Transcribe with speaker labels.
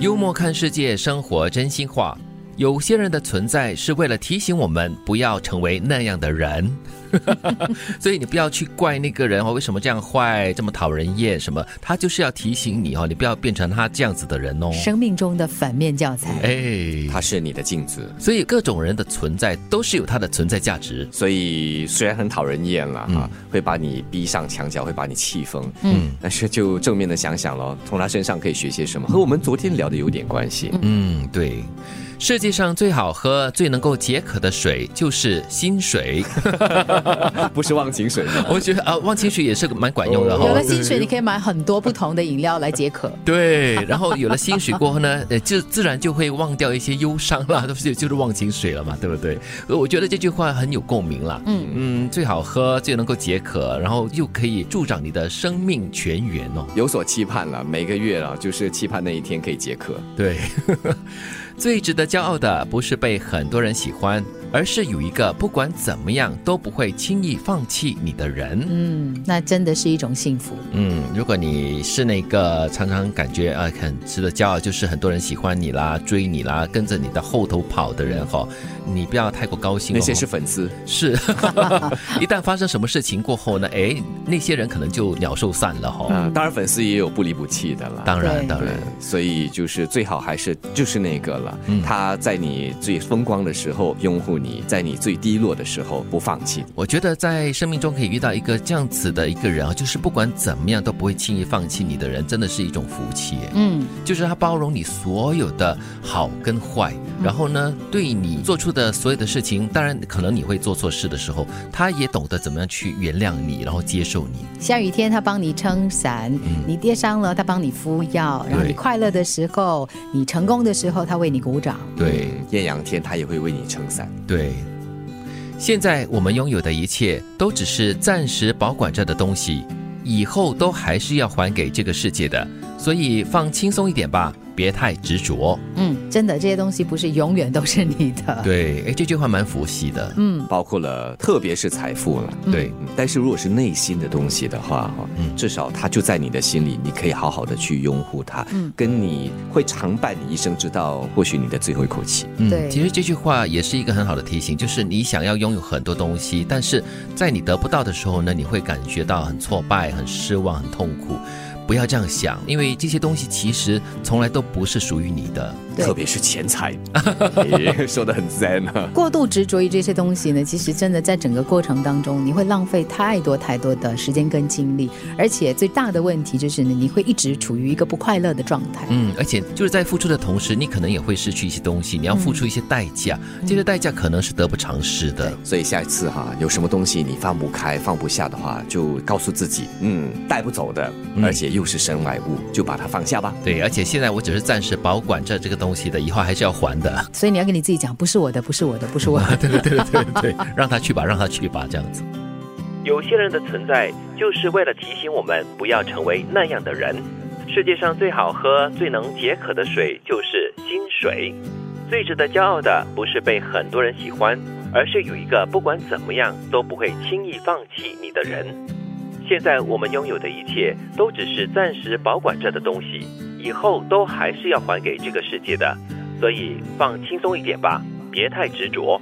Speaker 1: 幽默看世界，生活真心话。有些人的存在是为了提醒我们不要成为那样的人， 所以你不要去怪那个人哦，为什么这样坏，这么讨人厌什么？他就是要提醒你哦，你不要变成他这样子的人哦。
Speaker 2: 生命中的反面教材。
Speaker 1: 哎，
Speaker 3: 它是你的镜子。
Speaker 1: 所以各种人的存在都是有它的存在价值。
Speaker 3: 所以虽然很讨人厌了哈、会把你逼上墙角，会把你气疯，
Speaker 2: 嗯，
Speaker 3: 但是就正面的想想咯，从他身上可以学些什么，和我们昨天聊的有点关系。
Speaker 1: 嗯，对，世界上最好喝、最能够解渴的水就是薪水。 嗯
Speaker 3: 不是忘情水吗？
Speaker 1: 我觉得啊，忘情水也是蛮管用的
Speaker 3: 哦
Speaker 2: 有
Speaker 1: 哈
Speaker 2: 了。薪水，你可以买很多不同的饮料来解渴。
Speaker 1: 对，然后有了薪水过后呢， 呃，就自然就会忘掉一些忧伤啦，都是 就是忘情水了嘛，对不对？呃我觉得这句话很有共鸣啦。
Speaker 2: 嗯
Speaker 1: 嗯，最好喝，最能够解渴，然后又可以助长你的生命泉源哦。
Speaker 3: 有所期盼了，每个月啊，就是期盼那一天可以解渴。
Speaker 1: 对， 最值得骄傲的不是被很多人喜欢，而是有一个不管怎么样都不会轻易放弃你的人。
Speaker 2: 嗯，那真的是一种幸福。
Speaker 1: 嗯，如果你是那个常常感觉啊很值得骄傲，就是很多人喜欢你啦、追你啦、跟着你的后头跑的人哈、你不要太过高兴、哦。
Speaker 3: 那些是粉丝，
Speaker 1: 是，一旦发生什么事情过后呢， 哎，那些人可能就鸟兽散了哈、
Speaker 3: 啊，当然粉丝也有不离不弃的啦。
Speaker 1: 当然，
Speaker 2: 对
Speaker 1: 当
Speaker 3: 对
Speaker 1: 然，，
Speaker 3: 所以就是最好还是就是那个了
Speaker 1: 嗯。
Speaker 3: 他在你最风光的时候拥护你，在你最低落的时候不放弃。
Speaker 1: 我觉得在生命中可以遇到一个这样子的一个人啊，就是不管怎么样都不会轻易放弃你的人，真的是一种福气耶。
Speaker 2: 嗯，
Speaker 1: 就是他包容你所有的好跟坏，然后呢，对你做出的所有的事情，当然可能你会做错事的时候，他也懂得怎么样去原谅你，然后接受你。
Speaker 2: 下雨天他帮你撑伞，你跌伤了他帮你敷药，然后
Speaker 1: 对
Speaker 2: 你快乐的时候，你成功的时候他为你鼓掌。
Speaker 1: 对
Speaker 3: 嗯，艳阳天他也会为你撑伞。
Speaker 1: 对，现在我们拥有的一切都只是暂时保管着的东西，以后都还是要还给这个世界的，所以放轻松一点吧，别太执着。
Speaker 2: 嗯，真的这些东西不是永远都是你的。
Speaker 1: 对，哎，这句话蛮佛系的。
Speaker 2: 嗯，
Speaker 3: 包括了，特别是财富了。
Speaker 1: 对，
Speaker 3: 嗯但是如果是内心的东西的话，哈、
Speaker 1: 嗯
Speaker 3: 至少它就在你的心里，你可以好好的去拥护它，
Speaker 2: 嗯
Speaker 3: 跟你会常伴你一生，直到或许你的最后一口气。
Speaker 1: 嗯，
Speaker 2: 对
Speaker 1: 其实这句话也是一个很好的提醒，就是你想要拥有很多东西，但是在你得不到的时候呢，你会感觉到很挫败、很失望、很痛苦。不要这样想，因为这些东西其实从来都不是属于你的。
Speaker 2: 对
Speaker 3: 特别是钱 财，哎说的很 zen 啊。
Speaker 2: 过度执着于这些东西呢，其实真的在整个过程当中，你会浪费太多太多的时间跟精力，而且最大的问题就是呢，你会一直处于一个不快乐的状态。
Speaker 1: 嗯，而且就是在付出的同时，你可能也会失去一些东西，你要付出一些代价，这些代价可能是得不偿失的。
Speaker 3: 所以下一次哈、有什么东西你放不开、放不下的话，就告诉自己，嗯，带不走的，
Speaker 1: 嗯
Speaker 3: 而且又是身外物，就把它放下吧。
Speaker 1: 对，而且现在我只是暂时保管着这个东西的，以后还是要还的。
Speaker 2: 所以你要跟你自己讲，不是我的，不是我的，不是我 的。
Speaker 1: 对对对对对，让他去吧，让他去吧，这样子。有些人的存在就是为了提醒我们不要成为那样的人。世界上最好喝、最能解渴的水就是薪水。最值得骄傲的不是被很多人喜欢，而是有一个不管怎么样都不会轻易放弃你的人。现在我们拥有的一切都只是暂时保管着的东西，以后都还是要还给这个世界的，所以放轻松一点吧，别太执着。